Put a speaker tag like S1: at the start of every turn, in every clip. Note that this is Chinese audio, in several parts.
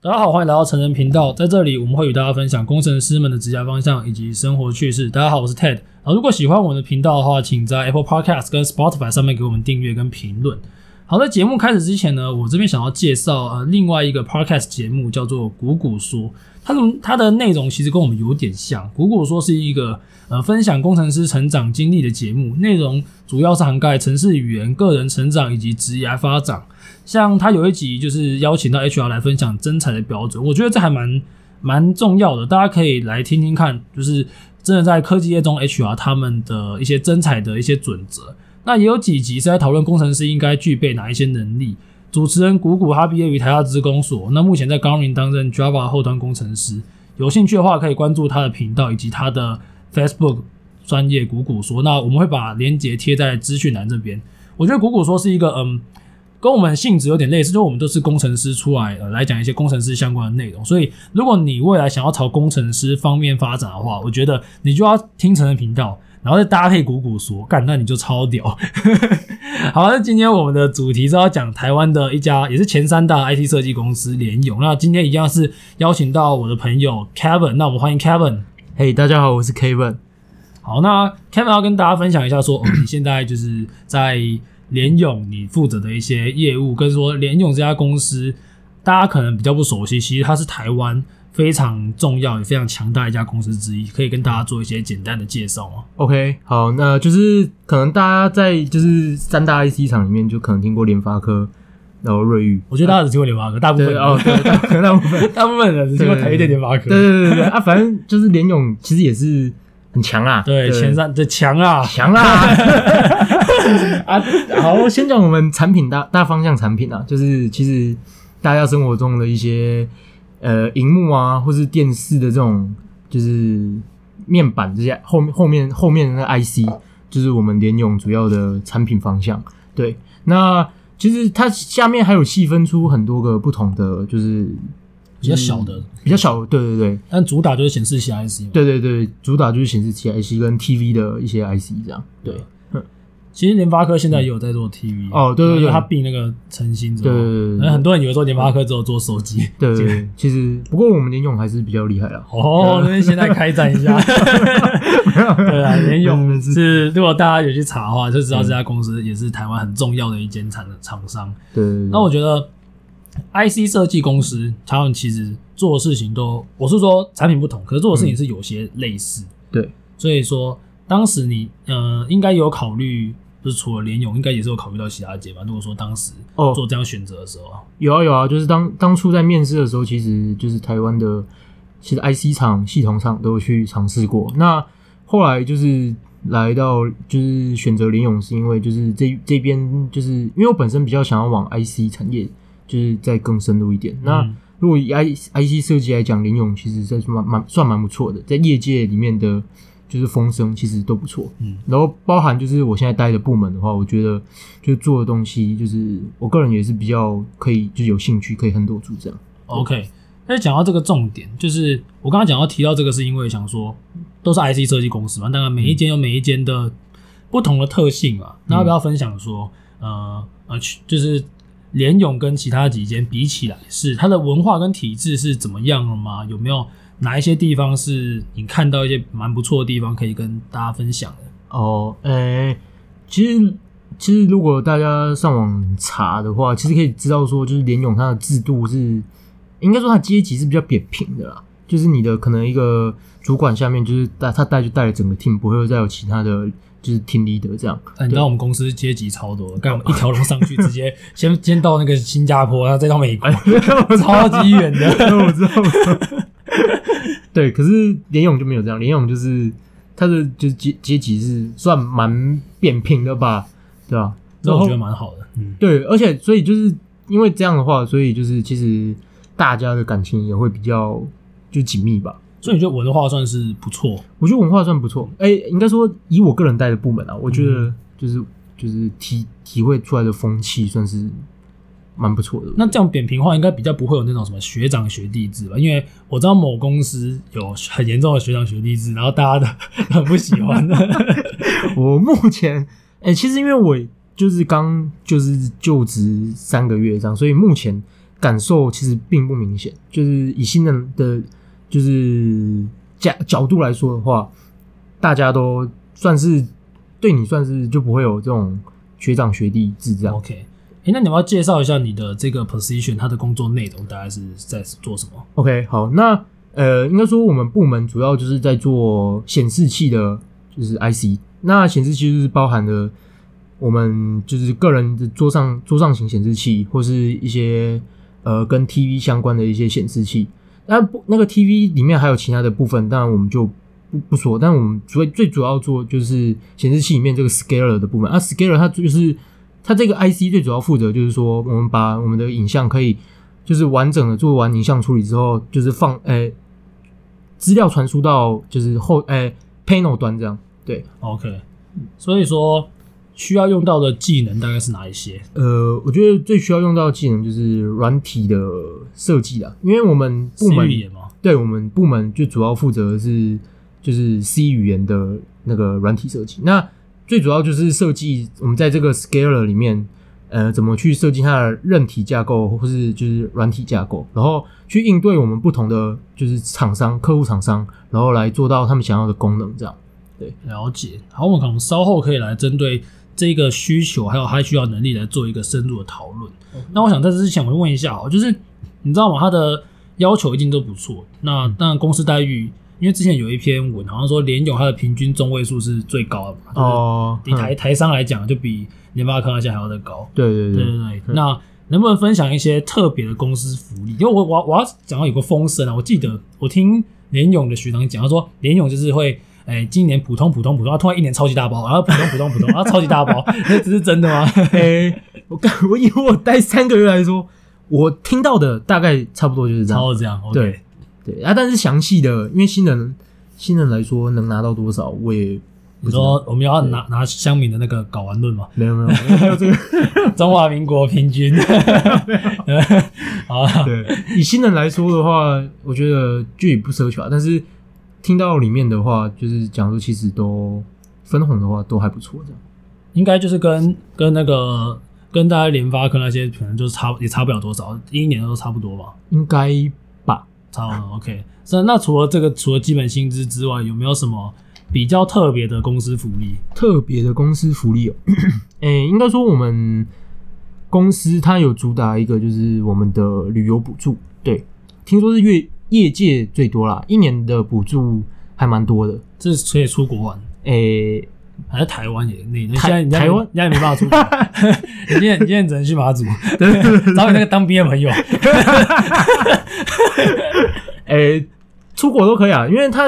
S1: 大家好，欢迎来到成人频道，在这里我们会与大家分享工程师们的职业方向以及生活趣事。大家好，我是 Ted。啊，如果喜欢我们的频道的话，请在 Apple Podcast 跟 Spotify 上面给我们订阅跟评论。好，在节目开始之前呢，我这边想要介绍呃另外一个 podcast 节目，叫做《谷谷说》，它的它的内容其实跟我们有点像，《谷谷说》是一个呃分享工程师成长经历的节目，内容主要是涵盖城市语言、个人成长以及职涯发展。像他有一集就是邀请到 HR 来分享真才的标准，我觉得这还蛮蛮重要的，大家可以来听听看，就是真的在科技业中 HR 他们的一些真才的一些准则。那也有几集是在讨论工程师应该具备哪一些能力。主持人谷谷他毕业于台大职工所，那目前在高明担任 Java 后端工程师。有兴趣的话，可以关注他的频道以及他的 Facebook 专业谷谷说。那我们会把链接贴在资讯栏这边。我觉得谷谷说是一个嗯，跟我们性质有点类似，就我们都是工程师出来呃来讲一些工程师相关的内容。所以，如果你未来想要朝工程师方面发展的话，我觉得你就要听成人频道，然后再搭配谷谷说，干那你就超屌。 好，那今天我们的主题是要讲台湾的一家也是前三大 IT 设计公司联咏。那今天一样是邀请到我的朋友 Kevin，那我们欢迎 Kevin。
S2: 嘿大家好，我是 Kevin。
S1: 好，那 Kevin 要跟大家分享一下说，哦，你现在就是在联咏你负责的一些业务，跟说联咏这家公司，大家可能比较不熟悉，其实它是台湾非常重要也非常强大的一家公司之一，可以跟大家做一些简单的介绍吗？
S2: OK，好，那就是可能大家在就是三大 IC 厂里面，就可能听过联发科，然后瑞昱，
S1: 我觉得大家只听过联发科，大部分
S2: 对
S1: 人
S2: 哦，对，大可能大部 分，
S1: 大部分人只听过台积电、联发科，
S2: 对对对对对啊，反正就是联咏其实也是很强啊，
S1: 对前三这强啊，
S2: 强啦 啊！好，先讲我们产品大大方向产品啊，就是其实大家生活中的一些呃荧幕啊，或是电视的这种就是面板这些后面后面后面的那 IC，就是我们联咏主要的产品方向。对，那其实它下面还有细分出很多个不同的，就是
S1: 比
S2: 嗯
S1: 较小的，
S2: 比较小，对对对，
S1: 但主打就是显示器 IC 嘛。
S2: 对对对，主打就是显示器 IC 跟 TV 的一些 IC 这样。
S1: 对，其实联发科现在也有在做 TV
S2: 哦对对对
S1: 因为它并那个晨星之后，
S2: 对对对对对
S1: 很多人以为说联发科只有做手 机，
S2: 对对，对，其实不过我们联勇还是比较厉害啊啦。
S1: 哦，那现在开战一 下， 对啊，联咏
S2: 嗯是
S1: 是如果大家有去查的话，就知道这家公司也是台湾很重要的一间厂厂商。
S2: 对对，
S1: 那我觉得 IC 设计公司他们其实做的事情都，我是说产品不同，可是做的事情是有些类似。
S2: 嗯对，
S1: 所以说当时你呃应该有考虑，就是除了联咏，应该也是有考虑到其他间吧？如果说当时
S2: 哦
S1: 做这样选择的时候啊，
S2: 有啊有啊，就是当当初在面试的时候，其实就是台湾的，其实 IC 厂、系统厂都有去尝试过。那后来就是来到就是选择联勇，是因为就是这这边就是因为我本身比较想要往 IC 产业就是再更深入一点。那、
S1: 嗯
S2: 如果以 I I C 设计来讲，联咏其实算是蛮蛮算蛮不错的，在业界里面的就是风声其实都不错。
S1: 嗯，
S2: 然后包含就是我现在待的部门的话，我觉得就是做的东西，就是我个人也是比较可以，就是有兴趣可以很多注这样。
S1: 哦 OK，那讲到这个重点，就是我刚刚讲到提到这个，是因为想说都是 IC 设计公司嘛，当然每一间有每一间的不同的特性嘛。那要不要分享说，呃呃，去就是联咏跟其他几间比起来，是它的文化跟体制是怎么样了吗？有没有哪一些地方是你看到一些蛮不错的地方可以跟大家分享的？
S2: 哦，诶、其实其实如果大家上网查的话，其实可以知道说，就是联勇它的制度是，应该说它阶级是比较扁平的啦。就是你的可能一个主管下面就是带他带就带了整个 team，不会有再有其他的就是 team leader 这样。
S1: 哎但你知道我们公司阶级超多的，干我们一条龙上去，直接 先先到那个新加坡，然后再到
S2: 哎
S1: 美国， 超级远的。
S2: 我知道，我知道。对，可是联勇就没有这样，联勇就是他的就是阶阶级是算蛮扁平的吧，对吧、
S1: 这
S2: 然
S1: 我
S2: 后
S1: 觉得蛮好的。嗯，
S2: 对，而且所以就是因为这样的话，所以就是其实大家的感情也会比较就紧密吧。
S1: 所以你觉得文化算是不错，
S2: 我觉得文化算不错，哎、应该说以我个人带的部门啊，我觉得就是、就是体体会出来的风气算是蛮不错的。
S1: 那这样扁平化应该比较不会有那种什么学长学弟制吧？因为我知道某公司有很严重的学长学弟制，然后大家都 很不喜欢的。
S2: 我目前，哎、其实因为我就是刚就是就职三个月这样，所以目前感受其实并不明显。就是以新人的，就是角角度来说的话，大家都算是对你算是就不会有这种学长学弟制这样。
S1: OK，哎、那你要不要介绍一下你的这个 position，它的工作内容大概是在做什么？
S2: OK，好，那呃，应该说我们部门主要就是在做显示器的，就是 IC。那显示器就是包含了我们就是个人的桌上桌上型显示器，或是一些呃跟 TV 相关的一些显示器。那不那个 TV 里面还有其他的部分，当然我们就不不说。但我们最最主要做就是显示器里面这个 scaler 的部分。啊，scaler 它就是它这个 IC 最主要负责就是说，我们把我们的影像可以就是完整的做完影像处理之后，就是放诶资、料传输到就是后诶、panel 端这样。对，
S1: OK，所以说需要用到的技能大概是哪一些？
S2: 呃，我觉得最需要用到的技能就是软体的设计啦，因为我们部
S1: C
S2: 门
S1: 语言吗？
S2: 对我们部门就主要负责的是就是 C 语言的那个软体设计。那最主要就是设计我们在这个 Scaler 里面，呃，怎么去设计它的韧体架构，或是就是软体架构，然后去应对我们不同的就是厂商、客户厂商，然后来做到他们想要的功能这样。
S1: 了解。好，我们可能稍后可以来针对这个需求，还有它需要能力来做一个深入的讨论。那我想在这之前，我会问一下哦，就是你知道吗？它的要求一定都不错。那当然，公司待遇，因为之前有一篇文好像说联友它的平均中位数是最高的嘛，就是
S2: 哦，
S1: 比台、台商来讲，就比联发科那些还要再高。
S2: 对对
S1: 对
S2: 对，
S1: 对对，那能不能分享一些特别的公司福利？因为我我我要讲到有个风声啊，我记得我听联勇的学长讲，他说联勇就是会。哎、今年普通普通普通，啊他突然一年超级大包，啊然后普通普通普通，然后超级大包，那这是真的吗？
S2: 诶、哎我刚我以我待三个月来说，我听到的大概差不多就是这样。
S1: 超这样，哦
S2: 对对啊，但是详细的，因为新人新人来说能拿到多少，我也
S1: 你说我们要拿拿乡民的那个睾丸论嘛，
S2: 没有没有没有这 个。
S1: 中华民国平均， 好啊，
S2: 对，以新人来说的话，我觉得就也不奢求啊。但是听到里面的话，就是讲说其实都分红的话都还不错，这样。
S1: 应该就是跟跟那个跟大家联发科那些可能就是差也差不了多少，一年都差不多吧。
S2: 应该吧。
S1: 差不多 OK。那那除了这个，除了基本薪资之外，有没有什么比较特别的公司福利？
S2: 特别的公司福利哦，诶、应该说我们公司它有主打一个就是我们的旅游补助，对，听说是业业界最多啦，一年的补助还蛮多的。
S1: 这是可以出国玩，
S2: 诶、
S1: 还是台湾也你你
S2: 台
S1: 现在你现在
S2: 台湾
S1: 你现在没办法出国，你现在你现在只能去马 祖，找你那个当兵的朋友。
S2: 诶、出国都可以啊，因为他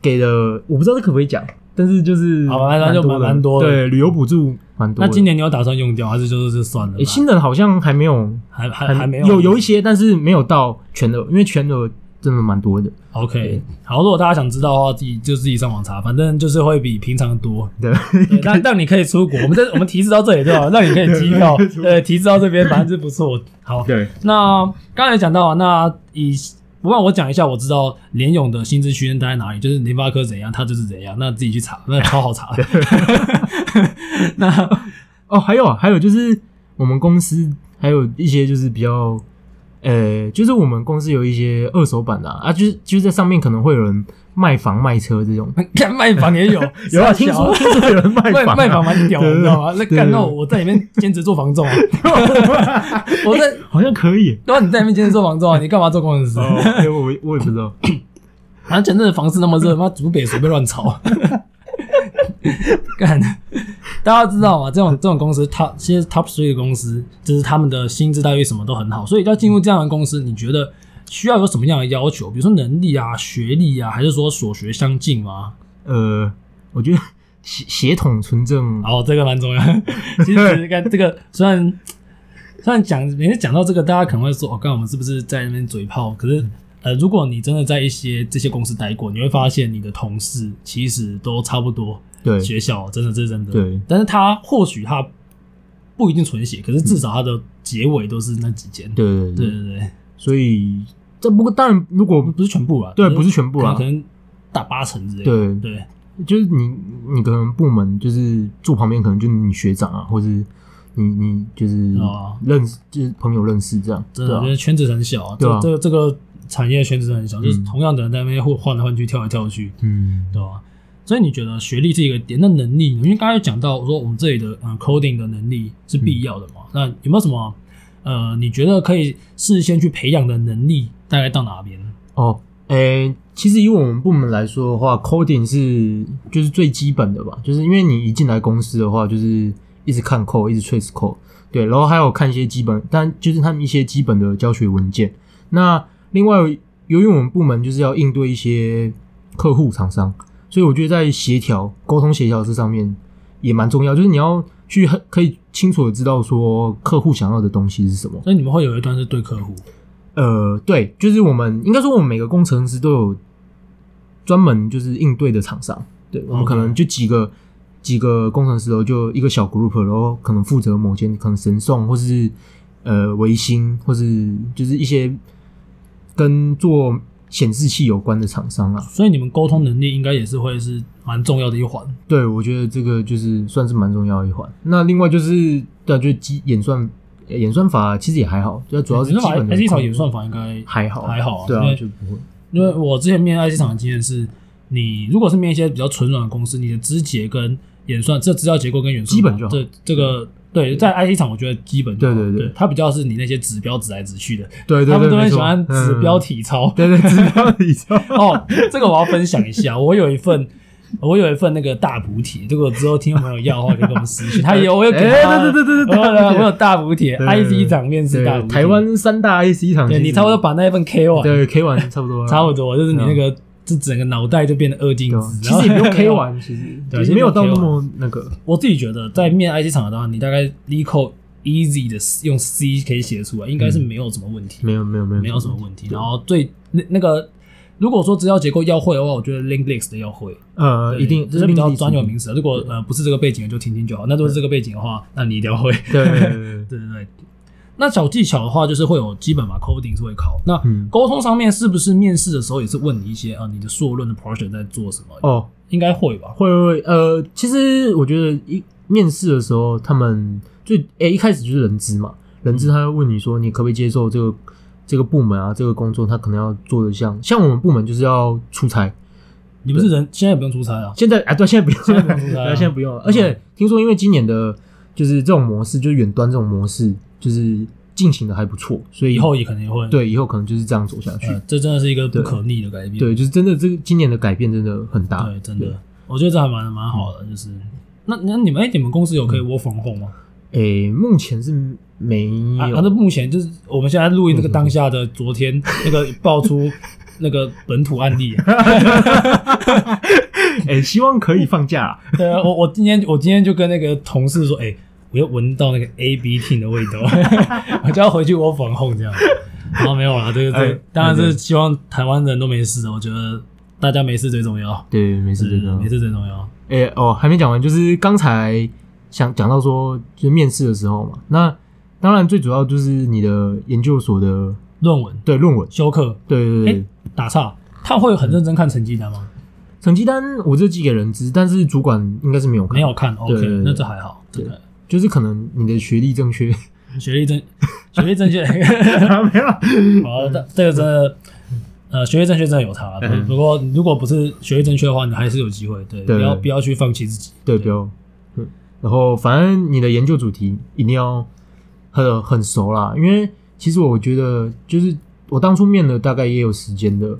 S2: 给的我不知道这可不可以讲，但是就是
S1: 好吧那就蛮
S2: 的
S1: 蛮多的
S2: 对，旅游补助蛮多
S1: 那
S2: 的。
S1: 今年你有打算用掉，还是就是就算了吧
S2: 诶、？新人好像还没有，
S1: 还还还没
S2: 有有一些，但是没有到全额，因为全额真的蛮多的。
S1: OK。好，如果大家想知道的话，自己就自己上网查，反正就是会比平常 多。
S2: 对，
S1: 对让让你可以出国，我们这我们提示到这里对吧？让你可以机票，对，提示到这边，反正是不错。好，
S2: 对，
S1: 那刚才讲到啊，那以不过我讲一下，我知道联勇的薪资区间待在哪里，就是联发科怎样，它就是怎样，那自己去查， 那超好查。那
S2: 哦，还有啊，还有就是我们公司还有一些就是比较，呃，就是我们公司有一些二手版的啊，啊就是就是在上面可能会有人卖房卖车这种，
S1: 干卖房也 有，
S2: 有
S1: 傻
S2: 啊，
S1: 小
S2: 听说听说有人卖
S1: 卖
S2: 房、啊，
S1: 卖房 蛮屌的，
S2: 对
S1: 你知道吗？那
S2: 对
S1: 干
S2: 对
S1: 那我在里面兼职做房仲啊，我在，
S2: 好像可以。
S1: 对啊，你在里面兼职做房仲啊，你干嘛做工程师？
S2: 哦，哎我我我也不知道。
S1: 反正啊前阵子房市那么热，妈竹北随便乱炒。干，大家知道吗？这种这种公司，top 其实 top three 的公司，就是他们的薪资待遇什么都很好，所以要进入这样的公司，你觉得需要有什么样的要求？比如说能力啊、学历啊，还是说所学相近吗？
S2: 呃，我觉得血血统纯正，
S1: 哦，这个蛮重要。 其 实看这个，虽然虽然讲每次讲到这个，大家可能会说，哦，刚我们是不是在那边嘴炮？可
S2: 嗯
S1: 是，呃，如果你真的在一些这些公司待过，你会发现你的同事其实都差不多。
S2: 对
S1: 学校真的这是真的。
S2: 对，
S1: 但是他或许他不一定纯血，可是至少他的结尾都是那几间。
S2: 对对
S1: 对
S2: 对，
S1: 对对，
S2: 所以这不过当然，如果
S1: 不是全部啊，
S2: 对
S1: 可
S2: 不是全部啊
S1: 可能可能大八成之类的。
S2: 对
S1: 对，
S2: 就是你你可能部门就是住旁边可能就是你学长啊，或是你你就是
S1: 哦
S2: 认识，就是朋友认识这样，
S1: 真
S2: 对
S1: 的，我
S2: 啊
S1: 觉，得圈子很小，
S2: 对啊
S1: 这这这个产业圈子很小，就是
S2: 嗯
S1: 同样的人在那边互换来换去、跳来跳去，
S2: 嗯，
S1: 对吧？所以你觉得学历是一个点，那能力呢？因为刚才有讲到我说我们这里的嗯 coding 的能力是必要的嘛，
S2: 嗯
S1: 那有没有什么呃你觉得可以事先去培养的能力大概到哪边？
S2: 哦，诶、其实以我们部门来说的话，coding 是就是最基本的吧，就是因为你一进来公司的话，就是一直看 code，一直 trace code，对，然后还有看一些基本，但就是他们一些基本的教学文件。那另外，由于我们部门就是要应对一些客户厂商，所以我觉得在协调、沟通协调这上面也蛮重要，就是你要去很可以清楚的知道说客户想要的东西是什么。
S1: 所以你们会有一段是对客户，
S2: 呃，对，就是我们应该说，我们每个工程师都有专门就是应对的厂商。对，我们
S1: OK
S2: 可能就几个几个工程师哦，就一个小 group，然后可能负责某间可能神送或是呃维新，或是就是一些跟做显示器有关的厂商啊。
S1: 所以你们沟通能力应该也是会是蛮重要的一环。
S2: 对，我觉得这个就是算是蛮重要的一环。那另外就是对、啊，就是基演算呃演算法其实也还好，就主要是
S1: 演
S2: 基
S1: 算法
S2: 本的
S1: IC 场演算法应该
S2: 还好
S1: 还好啊
S2: 对
S1: 因
S2: 啊，
S1: 为
S2: 就不会。
S1: 因为我之前面 IC 厂的经验是，你如果是面一些比较纯软的公司，你的肢节跟演算这资料结构跟演算法
S2: 基本就好
S1: 这这个对，在 IC 厂我觉得基本就好
S2: 对对对
S1: 它比较是你那些指标指来指去的，
S2: 对对对，
S1: 他们都很
S2: 没
S1: 喜
S2: 错
S1: 欢指标、
S2: 嗯
S1: 体操。
S2: 对对，指标 体操。
S1: 哦，这个我要分享一下，我有一份。我有一份那个大补帖，如果之后听众朋友要的话，可以跟我们私信。他有，我有给
S2: 哎
S1: 他。啊
S2: 对对对对对
S1: 我有
S2: 大补帖
S1: 我有大补帖
S2: 对对对
S1: ，IC 厂面试大补
S2: 对，
S1: 帖。
S2: 台，湾三大 AC 厂，
S1: 对
S2: 其实
S1: 你差不多把那一份 K 完，
S2: 对 K 完差不多了，
S1: 差不多，就是你那个，这整个脑袋就变得二进
S2: 嗯对啊。
S1: 制。
S2: 其实也 不用 K
S1: 完。
S2: 完，其实
S1: 对
S2: 就是没有到那么那个，
S1: 我自己觉得，在面 IT 厂的话，你大概 l e c o easy 的用 C 可以写出来，应该是
S2: 嗯
S1: 没有什么问题，
S2: 没有没有没有
S1: 没有什么问
S2: 嗯
S1: 题。然后最那那个，如果说资料结构要会的话，我觉得 Linux 的要会，
S2: 呃，
S1: 对
S2: 一定
S1: 这是比较专有
S2: 名。
S1: 名词。如果呃不是这个背景的就听听就好。那如果是这个背景的话，那你一定要会。
S2: 对对对对对
S1: 对对对。那小技巧的话，就是会有基本嘛，coding 是会考。那
S2: 嗯
S1: 沟通上面是不是面试的时候也是问你一些啊，你的硕论的 project 在做什么？
S2: 哦，
S1: 应该会吧？
S2: 会会会呃，其实我觉得一面试的时候，他们最诶、一开始就是人资嘛，人
S1: 嗯
S2: 资他会问你说你可不可以接受这个这个部门啊这个工作，他可能要做的像像我们部门就是要出差，
S1: 你们是人，现在也不用出差啊。
S2: 现在啊，对，现在不用，
S1: 现在不用出差啊
S2: 对现在不用了。而且听说，因为今年的，就是这种模式，就是远端这种模式，就是进行的还不错，所以
S1: 以后也可能也会。
S2: 对以后可能就是这样走下去。
S1: 呃，这真的是一个不可逆的改变。
S2: 对，啊就是真的，这个今年的改变真的很大。
S1: 对，真的，我觉得这还蛮蛮好
S2: 嗯
S1: 的。就是那那你们哎，你们公司有可以 work from home 吗？
S2: 诶，目前是没有，
S1: 啊，那目前就是我们现在录音这个当下的昨天那个爆 出那个本土案例。
S2: 诶，哎希望可以放假啊。
S1: 对啊，我我今天我今天就跟那个同事说，哎，我又闻到那个 A B T 的味道， 我就要回去 work from home 这样。然后没有啦，这个这
S2: 哎
S1: 个当然
S2: 对
S1: 是
S2: 对
S1: 希望台湾人都没事的，我觉得大家没事最重要，
S2: 对，嗯没事，真的
S1: 没。事最重要。
S2: 诶、哦，还没讲完，就是刚才想讲到说，就是面试的时候嘛，那当然最主要就是你的研究所的
S1: 论文
S2: 对论文，
S1: 休克，
S2: 对对对
S1: 哎打岔，他会很认真看成绩单
S2: 嗯
S1: 吗？
S2: 成绩单我这寄给人资，但是主管应该是没有看，
S1: 没有看，OK，
S2: 对对对
S1: 那这还好，对
S2: 对
S1: 不对？
S2: 就是可能你的学历正 确，
S1: 学历正， 学历正确，
S2: 啊没有，
S1: 好，但这个真的，呃，学历正确真的有差。
S2: 嗯
S1: 不不过如果不是学历正确的话，你还是有机会，对，
S2: 对
S1: 不要
S2: 对
S1: 不要去放弃自己。
S2: 对不要，嗯然后反正你的研究主题一定要很很熟啦，因为其实我觉得就是我当初面了大概也有时间的，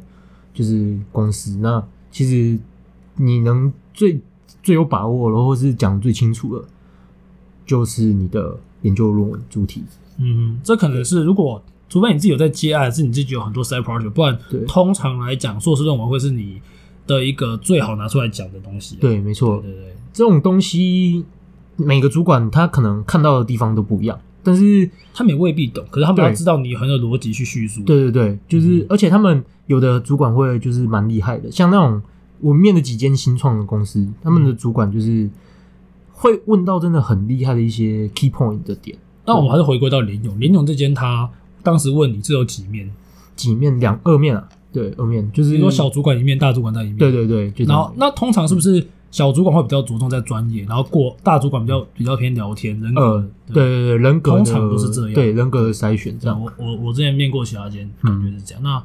S2: 就是公司，那其实你能最最有把握，然后是讲最清楚的，就是你的研究论文主题，
S1: 嗯，这可能是如果。除非你自己有在接案，是你自己有很多 side project，不然
S2: 对
S1: 通常来讲，硕士论文会是你的一个最好拿出来讲的东西。啊
S2: 对，没错
S1: 对，对对，
S2: 这种东西，每个主管他可能看到的地方都不一样，但是
S1: 他们也未必懂，可是他们要
S2: 对
S1: 知道你很有逻辑去叙述。
S2: 对对对，就是、
S1: 嗯
S2: 而且他们有的主管会就是蛮厉害的，像那种我面的几间新创的公司，他们的主管就是会问到真的很厉害的一些 key point 的点，
S1: 但我们还是回归到联勇，联勇这间他当时问你这有几面，
S2: 几面两二面啊，对，二面就是
S1: 比如说小主管一面，大主管在一面。
S2: 对对对，就这
S1: 然
S2: 样
S1: 后那通常是不是小主管会比较着重在专业，然后过大主管比较比较偏聊天人格
S2: 呃
S1: 的。，
S2: 对对对，人格
S1: 通
S2: 的
S1: 常都是这样
S2: 对人格的筛选这
S1: 对，
S2: 样。
S1: 我我我之前面过其他间，感
S2: 嗯
S1: 觉是这样。那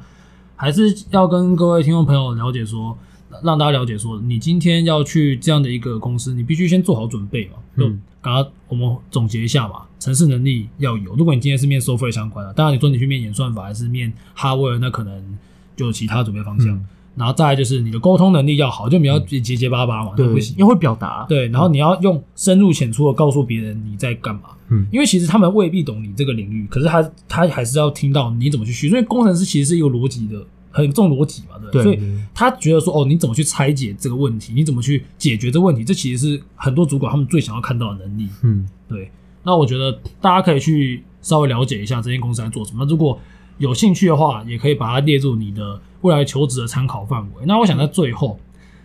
S1: 还是要跟各位听众朋友了解说，让大家了解说，你今天要去这样的一个公司，你必须先做好准备嘛。就
S2: 嗯
S1: 刚刚我们总结一下嘛，城市能力要有。如果你今天是面 software 相关的，当然你说你去面演算法还是面 hardware，那可能就有其他准备方向。
S2: 嗯
S1: 然后再来就是你的沟通能力要好，就你要结结巴巴嘛，那
S2: 对
S1: 不行，。
S2: 因为会表达，啊
S1: 对，然后你要用深入浅出的告诉别人你在干嘛，
S2: 嗯
S1: 因为其实他们未必懂你这个领域，可是他他还是要听到你怎么去叙述，因为工程师其实是一个逻辑的，很重逻辑嘛，对不
S2: 对，
S1: 所
S2: 对
S1: 以他觉得说，哦，你怎么去拆解这个问题，你怎么去解决这个问题，这其实是很多主管他们最想要看到的能力。
S2: 嗯
S1: 对，那我觉得大家可以去稍微了解一下这间公司在做什么。那如果有兴趣的话，也可以把它列入你的未来求职的参考范围。那我想在最后，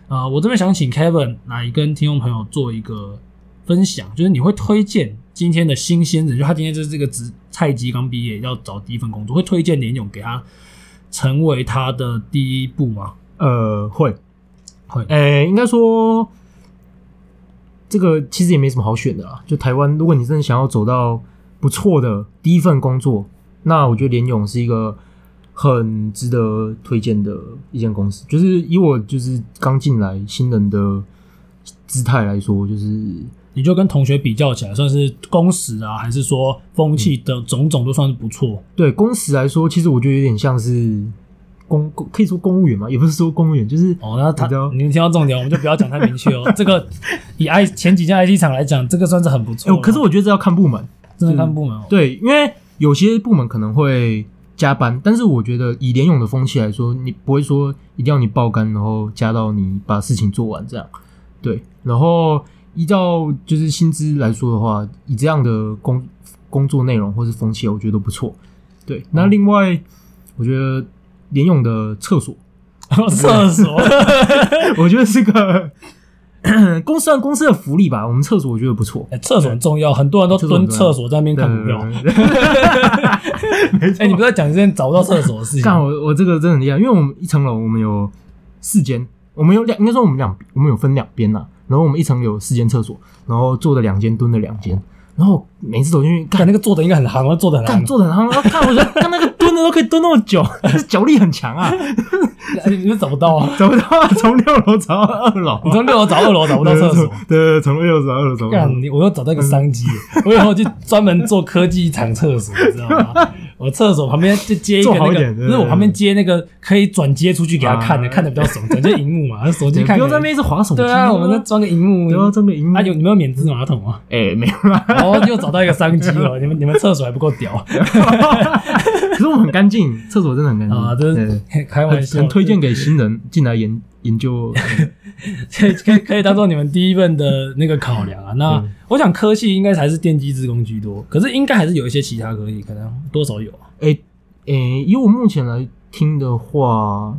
S1: 呃，我这边想请 Kevin 来跟听众朋友做一个分享，就是你会推荐今天的新鲜人，就他今天就是这个职菜鸡刚毕业要找第一份工作，会推荐联勇给他成为他的第一步吗？
S2: 呃会，
S1: 会，
S2: 诶、应该说这个其实也没什么好选的啦。就台湾，如果你真的想要走到不错的第一份工作，那我觉得联勇是一个很值得推荐的一间公司。就是以我就是刚进来新人的姿态来说，就是
S1: 你就跟同学比较起来，算是工时啊，还是说风气的种种都算是不错？
S2: 对工时来说，其实我觉得有点像是公公可以说公务员嘛，也不是说公务员，就是
S1: 哦，那他
S2: 你知道
S1: 你们听到重点，我们就不要讲太明确 哦。这个以 I 前几家 IT 厂来讲，这个算是很不错
S2: 哎、
S1: 了、
S2: 可是我觉得这要看部门。
S1: 真的看部门哦，
S2: 对，因为有些部门可能会加班，但是我觉得以联勇的风气来说，你不会说一定要你爆肝，然后加到你把事情做完这样。对，然后依照就是薪资来说的话，以这样的工工作内容或是风气，我觉得都不错。对，那
S1: 嗯
S2: 另外我觉得联勇的厕所，
S1: 厕所
S2: 我觉得是个 公司算公司的福利吧，我们厕所我觉得不错。
S1: 哎厕所很重要，很多人都蹲厕所在那边看股票。
S2: 对，对对没错
S1: 哎，你不要讲这件找不到厕所的事情
S2: 干，我我这个真的很厉害，因为我们一层楼我们有四间，我们有两，应该说我们两我们有分两边呐，然后我们一层有四间厕所，然后坐的两间，蹲的两间，然后每次走进去干
S1: 看那个做的应该很行，那做的很
S2: 干
S1: 行。
S2: 坐的很夯，然后看我觉得干那个蹲的都可以蹲那么久， 脚力很强啊，
S1: 哎你们找不到啊？
S2: 走到从六楼找到二楼，
S1: 你从六楼找二楼找不哦到厕所，
S2: 对，对对，从六楼找到二楼嗯找不到
S1: 干你我又找到一个商机，
S2: 嗯
S1: 我以后就专门做科技厂厕所，你知道 吗？我厕所旁边就接一个
S2: 做
S1: 那
S2: 好一
S1: 个，
S2: 点
S1: 不是我旁边接那个可以转接出去给他看的，
S2: 啊
S1: 看的比较爽，转接荧幕嘛，手机
S2: 对
S1: 看给
S2: 不用在那边一直划手机，
S1: 对啊，我们再装个荧幕
S2: 不，要这个荧幕，
S1: 啊有你们有免治马桶 啊？
S2: 哎没有啦，
S1: 然后又找到一个商机了，你们你们厕所还不够 屌
S2: 可是我们很干净，厕所真的很干净
S1: 啊！这
S2: 对对
S1: 是
S2: 对
S1: 开玩
S2: 很
S1: 笑，
S2: 很推荐给新人进来研 研究。
S1: 可以可以可以当做你们第一份的那个考量啊。那
S2: 嗯
S1: 我想科系应该还是电机职工居多，可是应该还是有一些其他科系，可能多少有啊。
S2: 诶诶，以我目前来听的话，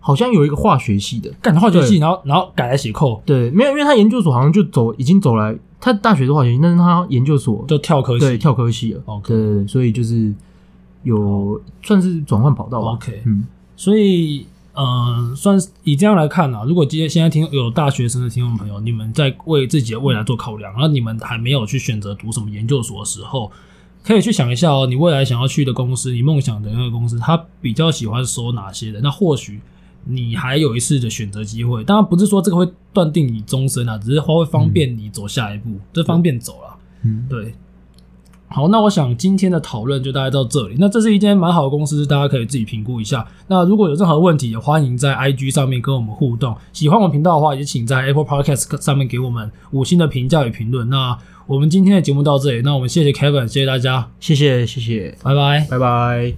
S2: 好像有一个化学系的，
S1: 干化学系，
S2: 对
S1: 然后然后改来写扣，
S2: 对，没有，因为他研究所好像就走已经走来，他大学是化学系，但是他研究所
S1: 就跳科
S2: 对
S1: 系。哦
S2: 跳科系了。
S1: OK 哦
S2: 对对对，所以就是有算是转换跑道吧。
S1: OK
S2: 嗯，
S1: 所以呃，算是以这样来看啊，如果今天现在听有大学生的听众朋友，你们在为自己的未来做考量，然后你们还没有去选择读什么研究所的时候，可以去想一下哦，你未来想要去的公司，你梦想的那个公司，它比较喜欢收哪些人？那或许你还有一次的选择机会。当然不是说这个会断定你终身啊，只是它会方便你走下一步，这方便走了。
S2: 嗯，
S1: 对。好，那我想今天的讨论就大概到这里。那这是一间蛮好的公司，大家可以自己评估一下。那如果有任何问题，也欢迎在 IG 上面跟我们互动。喜欢我们频道的话，也请在 Apple Podcast 上面给我们五星的评价与评论。那我们今天的节目到这里，那我们谢谢 Kevin，谢谢大家，
S2: 谢谢谢谢，
S1: 拜拜。
S2: 拜拜。